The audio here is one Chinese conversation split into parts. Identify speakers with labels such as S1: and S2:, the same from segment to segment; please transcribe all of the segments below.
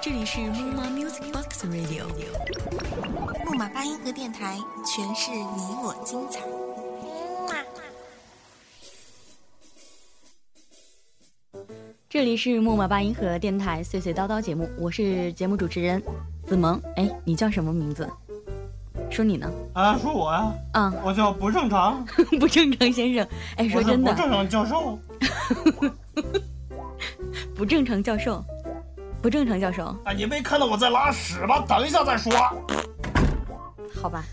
S1: 这里是木马 Music Box Radio，
S2: 木马八音盒电台，诠释你我精彩。
S1: 这里是木马八音盒电台碎碎叨叨节目，我是节目主持人子萌。哎，你叫什么名字？说你呢？
S3: 啊，说我呀、
S1: 啊，
S3: 我叫不正常，
S1: 不正常先生。哎，说
S3: 我是
S1: 真
S3: 不
S1: 的，
S3: 正常教授。
S1: 不正常教授，不正常教授，
S3: 啊，你没看到我在拉屎吗？等一下再说。
S1: 好吧。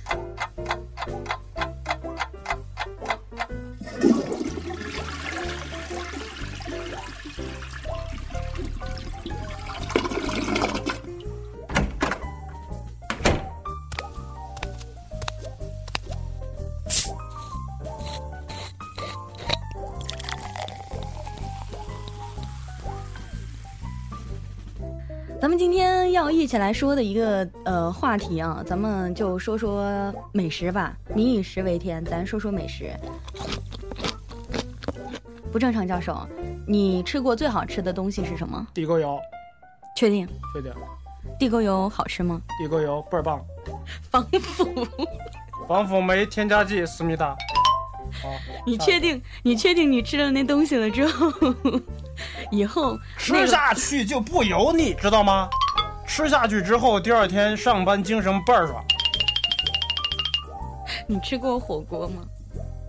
S1: 咱们今天要一起来说的一个呃话题啊，咱们就说说美食吧。民以食为天，咱说说美食。不正常教授，你吃过最好吃的东西是什么？
S3: 地沟油，
S1: 确定
S3: 确定，
S1: 地沟油好吃吗？
S3: 地沟油倍儿棒，
S1: 防腐？
S3: 防腐酶添加剂，思密达。好，
S1: 你确定？你确定你吃了那东西了之后， 以后那
S3: 吃
S1: 个
S3: 下去就不油腻，知道吗？吃下去之后，第二天上班精神倍儿爽。
S1: 你吃过火锅吗？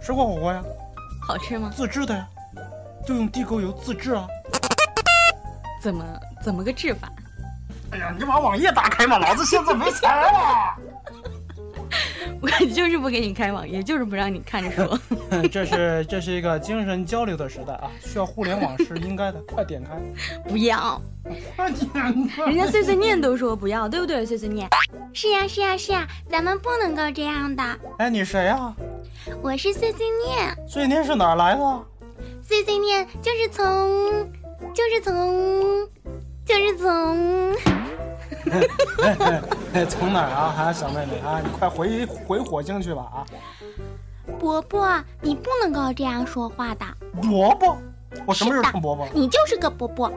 S3: 吃过火锅呀，
S1: 好吃吗？
S3: 自制的呀，就用地沟油自制啊。
S1: 怎么怎么个制法？
S3: 哎呀，你把网页打开嘛，老子现在没钱了。
S1: 我就是不给你开网页，就是不让你看着 说。
S3: 这是这是一个精神交流的时代啊，需要互联网是应该的，快点开。
S1: 不要，
S3: 快点
S1: 人家碎碎念都说不要，对不对？碎碎念，
S4: 是呀，是呀，是呀，咱们不能够这样的。
S3: 哎，你谁啊？
S4: 我是碎碎念，
S3: 最近是哪儿来的？
S4: 碎碎念就是从，就是从，就是从，
S3: 哎，从哪儿啊？还、小妹妹啊，你快回回火星去吧啊！
S4: 伯伯，你不能够这样说话的，
S3: 伯伯，我什么时候成伯伯？
S4: 你就是个伯伯。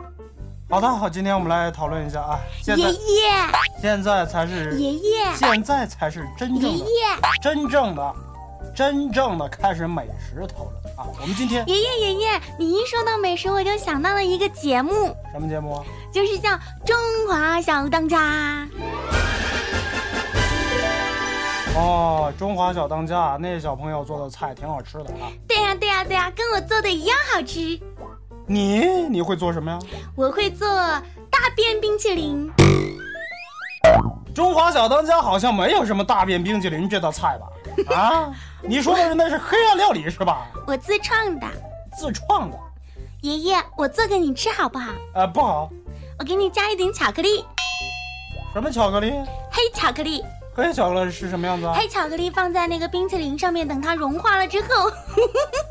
S3: 好的，好，今天我们来讨论一下啊，现在
S4: 爷爷，
S3: 现在才是
S4: 爷爷，
S3: 现在才是真
S4: 爷
S3: 正的
S4: 爷，
S3: 真正的真正的开始美食讨论啊！我们今天
S4: 爷爷，爷爷，你一说到美食，我就想到了一个节目，
S3: 什么节目啊？
S4: 就是叫《中华小当家》。
S3: 哦，中华小当家那小朋友做的菜挺好吃的啊。
S4: 对呀、对呀、对呀、跟我做的一样好吃。
S3: 你你会做什么呀？
S4: 我会做大便冰淇淋。
S3: 中华小当家好像没有什么大便冰淇淋这道菜 吧？啊，你说的是那是黑暗料理是吧？
S4: 我自创的。
S3: 自创的，
S4: 爷爷，我做给你吃好不好？
S3: 呃，不好，
S4: 我给你加一点巧克力，
S3: 什么巧克力？
S4: 黑巧克力，
S3: 黑巧克力是什么样子啊？
S4: 黑巧克力放在那个冰淇淋上面，等它融化了之后，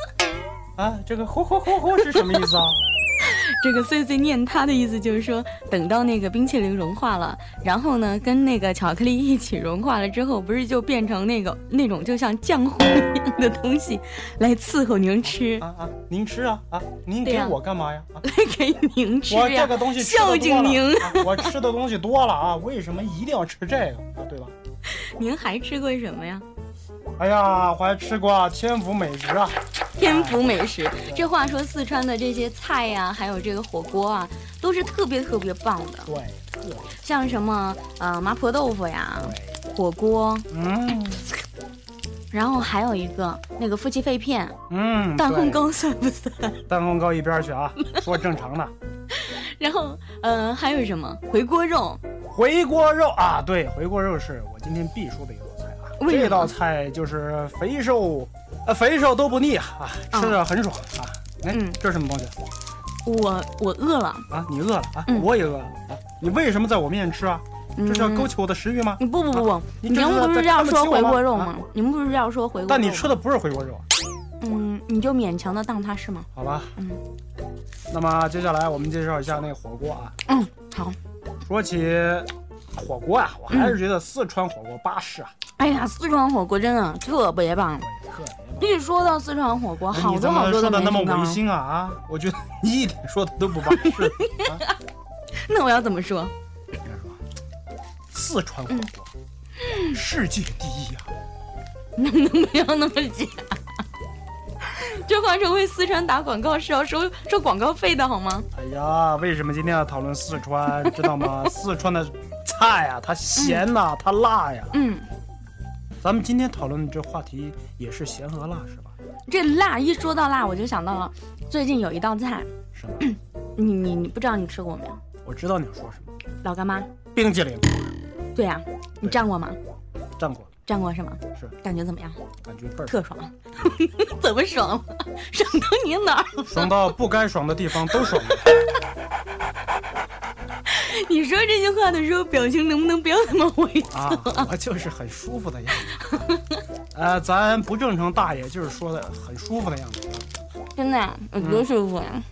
S3: 啊，这个呼呼呼呼是什么意 思啊？
S1: 这个碎碎念，他的意思就是说，等到那个冰淇淋融化了，然后呢，跟那个巧克力一起融化了之后，不是就变成那个那种就像浆糊一样的东西，来伺候您吃，
S3: 啊啊，您吃啊啊，您
S1: 对
S3: 给
S1: 呀
S3: 我干嘛呀？啊、
S1: 来给您吃
S3: 我
S1: 呀
S3: 这个，东西吃
S1: 孝
S3: 的多
S1: 敬您
S3: 了、。啊我吃的东西多了啊，为什么一定要吃这个啊？对吧？
S1: 您还吃过什么呀？
S3: 哎呀，我还吃过天府美食啊，
S1: 天府美食，这话说四川的这些菜呀、还有这个火锅啊，都是特别特别棒的，
S3: 对对
S1: 像什么呃麻婆豆腐呀、
S3: 对，
S1: 火锅，
S3: 嗯
S1: 然后还有一个那个夫妻肺片，
S3: 嗯，
S1: 蛋烘
S3: 对
S1: 糕算不算？
S3: 蛋烘糕一边儿去啊！说正常的，
S1: 然后，呃，还有什么回锅肉？
S3: 回锅肉啊，对，回锅肉是我今天必说的一道菜啊。
S1: 为什么
S3: 这道菜就是肥瘦，呃，肥瘦都不腻啊，啊吃着很爽啊。哎、
S1: 哦嗯
S3: 这是什么东西
S1: 我我饿了，
S3: 啊？你饿了啊？
S1: 嗯
S3: 我也饿了啊！你为什么在我面前吃啊？
S1: 嗯
S3: 这是要勾起我的食欲吗？
S1: 你不不不不，
S3: 你
S1: 您
S3: 这是
S1: 嗯不
S3: 在
S1: 是要
S3: 看不起
S1: 说回
S3: 我吗
S1: 锅肉
S3: 啊
S1: 吗？您不是要说回锅肉？
S3: 但你吃，的不是回锅肉，
S1: 嗯，你就勉强的当它是吗？
S3: 好吧？
S1: 嗯。
S3: 那么接下来我们介绍一下那个火锅啊。
S1: 嗯，好。
S3: 说起火锅啊，我还是觉得四川火锅巴适啊，
S1: 哎呀，四川火锅真的特别棒，
S3: 特别
S1: 一说到四川火锅，
S3: 那
S1: 哦好
S3: 哎你
S1: 多
S3: 怎么
S1: 好多的
S3: 说的
S1: 美
S3: 那
S1: 食呢
S3: 么违。心啊啊！我觉得你一点说的都不巴适。
S1: 那我要怎么说？
S3: 四川
S1: 嗯
S3: 火锅，世界第一啊！
S1: 不要那么假。这话说为四川打广告是要收收广告费的好吗？
S3: 哎呀，为什么今天要讨论四川？知道吗？四川的菜呀、它咸呐、它辣呀、
S1: 嗯，
S3: 咱们今天讨论的这话题也是咸和辣，是吧？
S1: 这辣一说到辣，我就想到了最近有一道菜，
S3: 是吗？
S1: 嗯你你你不知道你吃过没有？
S3: 我知道你要说什么，
S1: 老干妈。
S3: 冰激凌
S1: 对呀、你蘸过吗？
S3: 蘸过，
S1: 蘸过是吗？
S3: 是
S1: 感觉怎么样？
S3: 感觉倍儿
S1: 特爽， 怎么爽 了？爽到你哪儿了？
S3: 爽到不该爽的地方都爽了。
S1: 你说这句话的时候，表情能不能不要那么猥琐？
S3: 啊，我就是很舒服的样子。呃，咱不正常大爷就是说的很舒服的样子，
S1: 真的呀，我多舒服呀！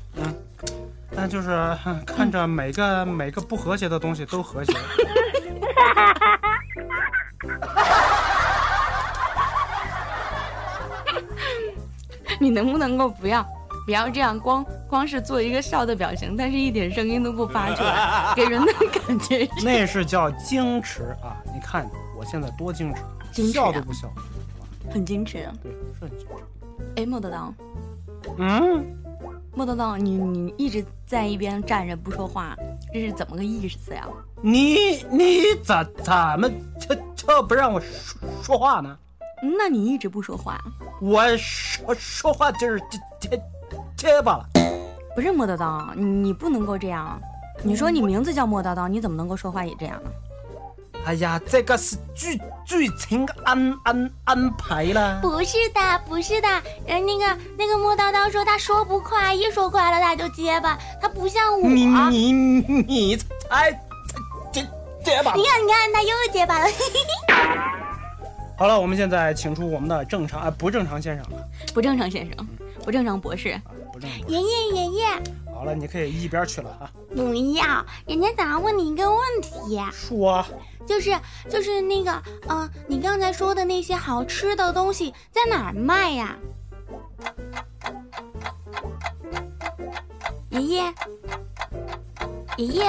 S3: 但就是哼看
S1: 嗯
S3: 着每个每个不和谐的东西都和谐。
S1: 你能不能够不要不要这样光光是做一个笑的表情，但是一点声音都不发出 来，给人的感觉是
S3: 那是叫矜持啊！你看我现在多矜持，
S1: 矜持啊
S3: 笑都不笑。
S1: 很矜持。啊
S3: 对，是很矜持。
S1: 哎，莫德当，
S3: 嗯，
S1: 莫德当，你你一直在一边站着不说话，这是怎么个意思呀？
S3: 你你咋咋么就就不让我说说话呢？
S1: 那你一直不说话，
S3: 我说说话就是结结结巴了。
S1: 不是莫德当，你你不能够这样。啊你说你名字叫莫德当，你怎么能够说话也这样呢？啊
S3: 哎呀，这个是剧剧情安安安排了。
S4: 不是的，不是的，呃，那个那个莫叨叨说他说不快，一说快了他就结巴，他不啊像我。
S3: 你
S4: 你看，
S3: 你你哎才结结巴。
S4: 你看，他又结巴了。
S3: 好了，我们现在请出我们的正常啊、不正常先生了
S1: 不正常先生，不正常博士，
S3: 啊，不正常。
S4: 爷爷，爷爷，
S3: 好了，你可以一边去了啊。
S4: 不要，人家想要问你一个问题，
S3: 说，
S4: 就是就是那个，嗯、你刚才说的那些好吃的东西在哪儿卖呀、爷爷，爷爷，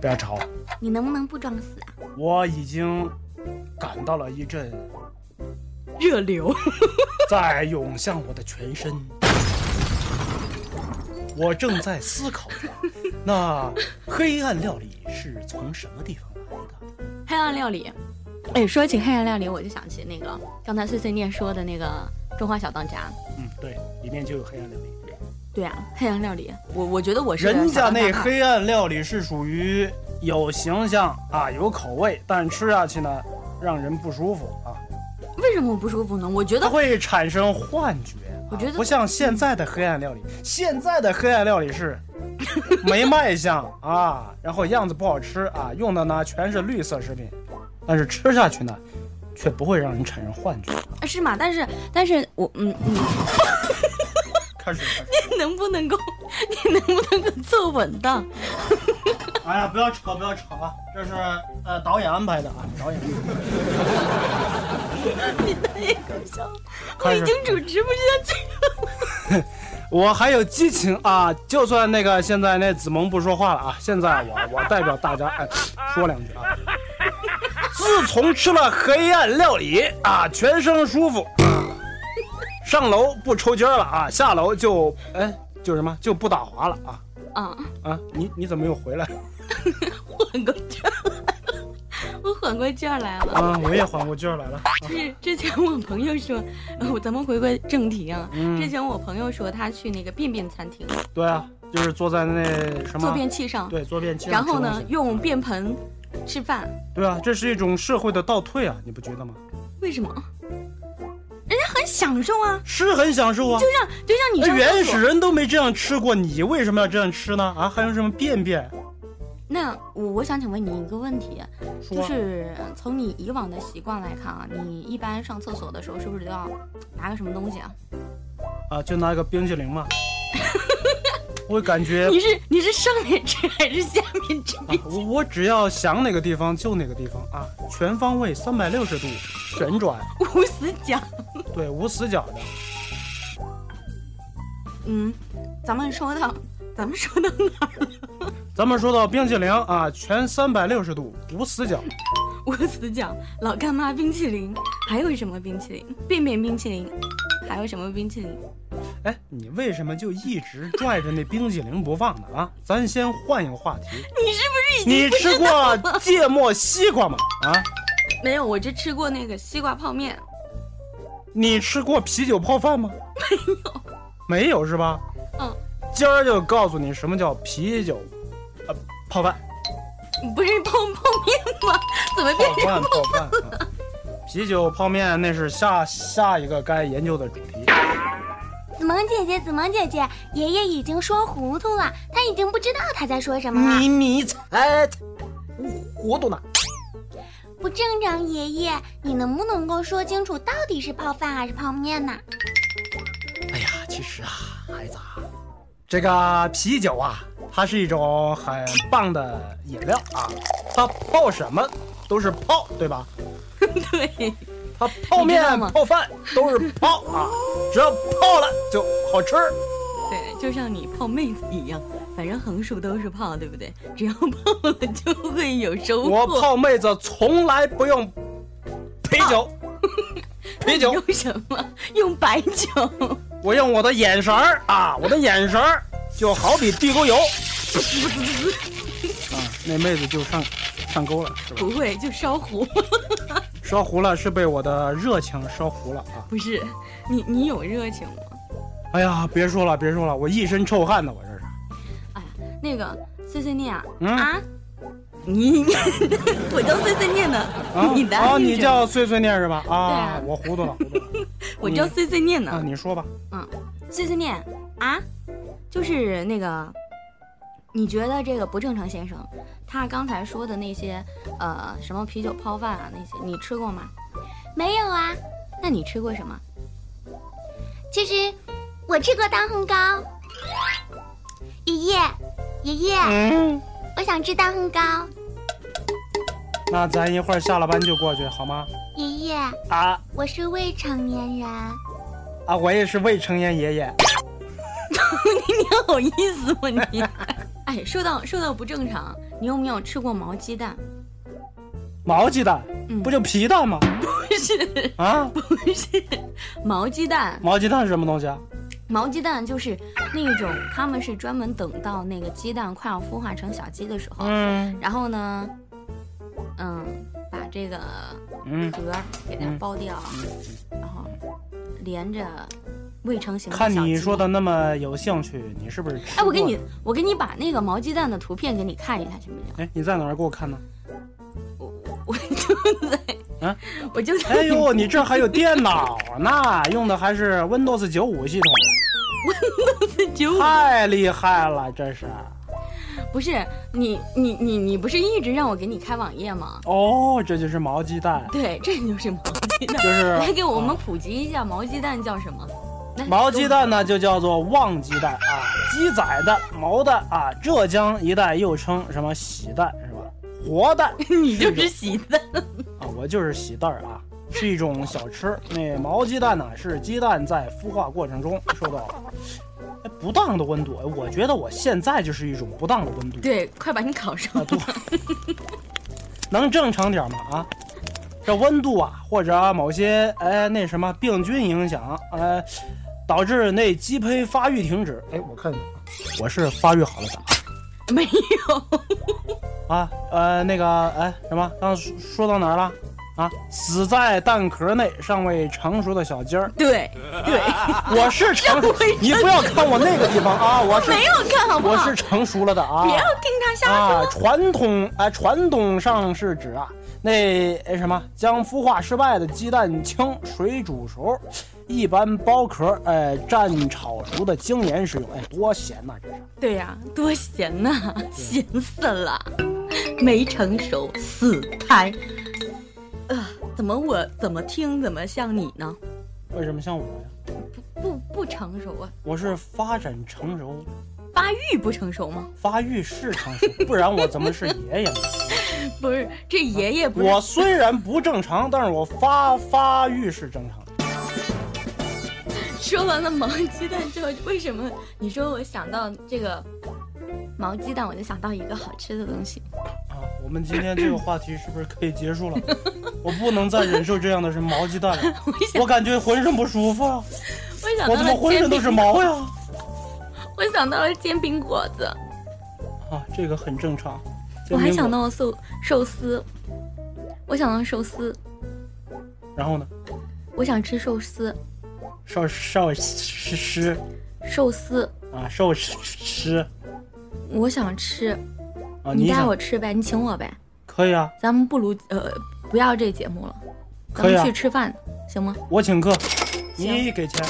S3: 不要吵，
S4: 你能不能不装死啊？
S3: 我已经感到了一阵
S1: 热流，
S3: 在涌向我的全身。我正在思考着，那黑暗料理是从什么地方来的？
S1: 黑暗料理。哎，说起黑暗料理，我就想起那个刚才碎碎念说的那个《中华小当家》。
S3: 嗯，对，里面就有黑暗料理。
S1: 对啊，黑暗料理，我我觉得我是
S3: 人家
S1: 小当
S3: 那
S1: 派
S3: 黑暗料理是属于有形象啊，有口味，但吃下去呢，让人不舒服啊，
S1: 为什么不舒服呢？我觉
S3: 它
S1: 得
S3: 会产生幻觉。
S1: 我觉得
S3: 啊不像现在的黑暗料理，现在的黑暗料理是没卖相啊，然后样子不好吃啊，用的呢全是绿色食品，但是吃下去呢，却不会让人产生幻觉。
S1: 是嘛，但是但是我嗯， 你
S3: 开始，开始。
S1: 能不能够，你能不能够坐稳当？
S3: 哎呀，不要吵，不要吵啊！这是呃导演安排的啊，导演。
S1: 你太搞笑了，我
S3: 开
S1: 已
S3: 始
S1: 经主持不下去了。
S3: 我还有激情啊！就算那个现在那子萌不说话了啊，现在我我代表大家哎说两句啊。自从吃了黑暗料理啊，全身舒服，上楼不抽筋儿了啊，下楼就哎就什么就不打滑了啊
S1: 啊，
S3: 啊！你你怎么又回来
S1: 缓过劲儿来了，我缓过劲儿来了。
S3: 啊？我也缓过劲儿来了。
S1: 就是之前我朋友说，呃咱们回归正题啊。
S3: 嗯
S1: 之前我朋友说他去那个便便餐厅
S3: 对啊，就是坐在那什
S1: 坐
S3: 么
S1: 便器上，
S3: 对坐便器上
S1: 然后
S3: 吃
S1: 呢
S3: 东西
S1: 用便盆吃饭，
S3: 对啊，这是一种社会的倒退啊，你不觉得吗？
S1: 为什么？人家很享受啊，
S3: 是很享受啊，
S1: 就像就像你
S3: 那
S1: 上
S3: 原
S1: 厕所
S3: 始人都没这样吃过，你为什么要这样吃呢？啊，还有什么便便？
S1: 那我我想请问你一个问题，
S3: 说
S1: 就是从你以往的习惯来看啊，你一般上厕所的时候是不是都要拿个什么东西啊？
S3: 啊，就拿一个冰淇淋 嘛，我感觉
S1: 你是你是上面吃还是下面 吃？
S3: 啊，我我只要想哪个地方就哪个地方啊，全方位三百六十度旋转，
S1: 无死角，
S3: 对，无死角的。
S1: 嗯，咱们说到，咱们说到哪儿了？
S3: 咱们说到冰淇淋啊，全三百六十度无死角，
S1: 我死角、老干妈冰淇淋，还有什么冰淇淋？便便冰淇淋，还有什么冰淇淋？
S3: 哎，你为什么就一直拽着那冰淇淋不放呢？啊，咱先换一个话题。
S1: 你是不是已经
S3: 你吃过芥末西瓜吗？啊，
S1: 没有？我只吃过那个西瓜泡面，
S3: 你吃过啤酒泡饭吗？没有，没有是吧？
S1: 嗯，
S3: 今儿就告诉你什么叫啤酒，呃，泡饭，
S1: 不是泡泡面吗？ 怎么变
S3: 泡饭，泡饭。啊啤酒泡面那是下下一个该研究的主题。
S4: 子萌姐姐，子萌姐姐，爷爷已经说糊涂了，他已经不知道他在说什么了。
S3: 你你才糊涂呢？
S4: 不正常，爷爷，你能不能够说清楚到底是泡饭还是泡面呢？
S3: 哎呀，其实啊，孩子，啊，这个啤酒啊，它是一种很棒的饮料啊，它泡什么都是泡，对吧？
S1: 对，
S3: 它泡
S1: 你知道
S3: 面、
S1: 吗
S3: 泡饭都是泡啊，只要泡了就好吃。
S1: 对，就像你泡妹子一样，反正横竖都是泡，对不对？只要泡了就会有收获。
S3: 我泡妹子从来不用啤 酒，啤酒，
S1: 用什么？用白酒。
S3: 我用我的眼神儿啊，我的眼神儿就好比 地沟油。啊，那妹子就上上钩了，是吧？
S1: 不会，就烧糊。
S3: 烧糊了是被我的热情烧糊了啊！
S1: 不是，你你有热情吗？
S3: 哎呀，别说了，别说了，我一身臭汗呢，我这是。
S1: 哎呀，那个碎碎念啊，
S3: 嗯
S4: 啊，
S1: 你 我叫碎碎念呢，
S3: 啊
S1: 你的
S3: 啊，
S1: 是
S3: 你
S1: 什么
S3: 叫碎碎念是吧？
S1: 对
S3: 啊
S1: 啊，
S3: 我糊涂了，糊涂了
S1: 我叫碎碎念
S3: 啊！
S1: 呢，
S3: 你说吧，
S1: 碎碎念啊，就是那个，你觉得这个不正常先生，他刚才说的那些呃什么啤酒泡饭啊那些，你吃过吗？
S4: 没有啊。
S1: 那你吃过什么？
S4: 其实我吃过大烘糕。爷爷，爷爷，
S3: 嗯。
S4: 我想吃大烘糕。
S3: 那咱一会儿下了班就过去好吗？
S4: 爷爷，
S3: 啊
S4: 我是未成年人。
S3: 啊，我也是未成年爷爷。
S1: 你好意思吗你？ 哎，说到说到不正常，你有没有吃过毛鸡蛋？
S3: 毛鸡蛋
S1: 嗯
S3: 不就皮蛋吗？
S1: 不是
S3: 啊，
S1: 不是，毛鸡蛋
S3: 毛鸡蛋是什么东西啊？
S1: 毛鸡蛋就是那种，他们是专门等到那个鸡蛋快要孵化成小鸡的时候，
S3: 嗯
S1: 然后呢，嗯，把这个
S3: 嗯，
S1: 壳儿给它剥掉，然后连着未成型的小
S3: 看
S1: 鸡。
S3: 你说的那么有兴趣，你是不是吃？
S1: 哎，我给你，，我给你把那个毛鸡蛋的图片给你看一下，行不行？
S3: 哎，你在哪儿给我看呢？
S1: 我就在，
S3: 啊
S1: 我就 在，
S3: 哎呦，你这还有电脑呢，用的还是 Windows 九五系统，
S1: 九五
S3: 太厉害了，这是。
S1: 不是你，你你你不是一直让我给你开网页吗？
S3: 哦，这就是毛鸡蛋，
S1: 对，这就是毛鸡蛋。
S3: 就是
S1: 来给我
S3: 啊
S1: 们普及一下毛鸡蛋叫什么？来
S3: 毛鸡蛋呢，就叫做旺鸡蛋啊，鸡仔蛋、毛蛋啊，浙江一带又称什么喜蛋是吧？活蛋
S1: 你
S3: 是一
S1: 就
S3: 种
S1: 是喜蛋，
S3: 啊，我就是喜蛋儿啊，是一种小吃。那毛鸡蛋呢，是鸡蛋在孵化过程中受到哎不当的温度，哎我觉得我现在就是一种不当的温度
S1: 对，快把你考上
S3: 啊，。对，能正常点儿吗？啊，这温度啊，或者某些哎那什么病菌影响，哎，导致那鸡胚发育停止。哎，我看看啊我是发育好了的
S1: 没有，
S3: 啊，呃，那个哎什么，刚说说到哪儿了？啊，死在蛋壳内尚未成熟的小鸡儿，
S1: 对，
S3: 对，
S1: 啊
S3: 我是成 熟，你不要看我那个地方啊，我是
S1: 没有看好不
S3: 我
S1: 好？
S3: 是成熟了的啊，
S1: 不要听他瞎说。
S3: 啊，传统啊，传统上是指啊，那哎什么，将孵化失败的鸡蛋清水煮熟，一般剥壳，哎，蘸炒熟的精盐食用，哎，多咸呐、这是。
S1: 对呀、多咸呐、咸死了，没成熟，死胎。呃，怎么我怎么听怎么像你呢？
S3: 为什么像我呀？
S1: 不不成熟啊，
S3: 我是发展成熟，
S1: 发育不成熟吗？
S3: 发育是成熟，不然我怎么是爷爷呢？
S1: 不是，这爷爷不是
S3: 我虽然不正常，但是我发发育是正常的。
S1: 说完了毛鸡蛋之后，为什么 你说我想到这个毛鸡蛋，我就想到一个好吃的东西？
S3: 啊，我们今天这个话题是不是可以结束了？我不能再忍受这样的是毛鸡蛋了，
S1: 我想
S3: 我感觉浑身不舒服啊，
S1: 我想
S3: 我
S1: 到
S3: 怎么
S1: 了
S3: 浑
S1: 煎
S3: 身都
S1: 饼，
S3: 是毛呀？
S1: 我想到了煎饼果子，
S3: 啊，这个很正常。
S1: 我还想
S3: 煎饼
S1: 到了寿寿司，我想到寿司，
S3: 果，然后呢？
S1: 我想吃寿司，
S3: 少少湿湿
S1: 寿司，
S3: 啊，少湿
S1: 我想吃，
S3: 啊，
S1: 你带
S3: 想
S1: 我吃呗，你请我呗，
S3: 可以啊，
S1: 咱们不如呃不要这节目了，咱
S3: 可以
S1: 们
S3: 啊
S1: 去，吃饭行吗？
S3: 我请客，
S1: 行
S3: 你给钱，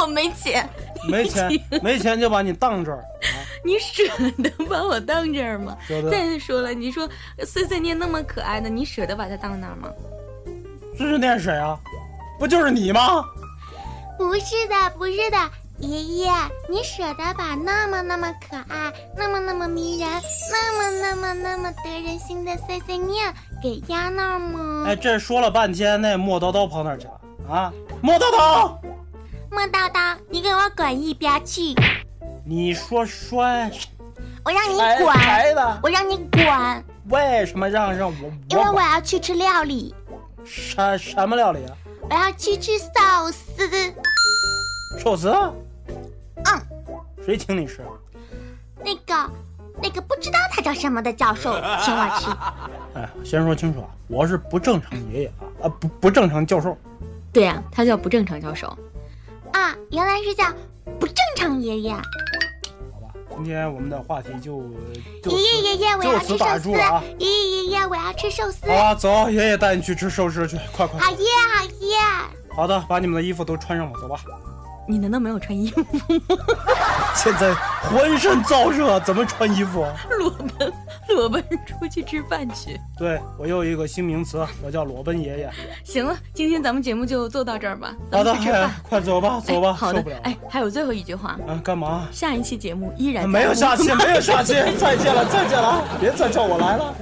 S1: 我没钱，
S3: 没钱没钱就把你当这儿啊，
S1: 你舍得把我当这儿吗？
S3: 觉得
S1: 再说了，你说碎碎念那么可爱的，你舍得把它当那儿吗？
S3: 这是念谁啊？不就是你吗？
S4: 不是的，不是的，爷爷，你舍得把那么那么可爱、那么那么迷人、那么那么那么得人心的碎碎念给压那儿
S1: 嗯
S4: 吗？
S3: 哎，这说了半天，那磨叨叨跑哪儿去了啊？磨叨叨，
S4: 莫叨叨，你给我滚一边去！
S3: 你说摔
S4: 我让你
S3: 谁
S4: 滚，
S3: 谁的？
S4: 我让你滚，
S3: 为什么让让我
S4: 因为
S3: 我
S4: 我要去吃料理，
S3: 什什么料理啊？
S4: 我要去吃寿司。
S3: 寿司？
S4: 嗯，
S3: 谁请你吃？
S4: 那个，那个不知道他叫什么的教 授请我吃。
S3: 哎，先说清楚啊，我是不正常爷爷啊，啊不不正常教授。
S1: 对呀、他叫不正常教授。
S4: 啊，原来是叫不正常爷爷。
S3: 好吧，今天我们的话题就就
S4: 爷爷爷爷，我要吃
S3: 就此打
S4: 寿
S3: 住
S4: 司
S3: 了啊！
S4: 爷爷爷爷，我要吃寿司。
S3: 好啊，走，爷爷带你去吃寿司去，快快！
S4: 好耶好耶！
S3: 好的，把你们的衣服都穿上吧，走吧。
S1: 你难道没有穿衣服？
S3: 现在浑身燥热，怎么穿衣服啊？
S1: 裸奔，裸奔出去吃饭去。
S3: 对我又有一个新名词，啊我叫裸奔爷爷。
S1: 行了，今天咱们节目就做到这儿吧。咱
S3: 好的，
S1: 们去吃
S3: 哎
S1: 饭。，
S3: 快走吧，走吧，
S1: 哎好
S3: 受不
S1: 的
S3: 了。。
S1: 哎，还有最后一句话，
S3: 啊，干嘛？
S4: 哎
S1: 下一期节目依然在
S3: 没有
S1: 我
S3: 啊下期，没有下期，再见了，再见了，别再叫我来了。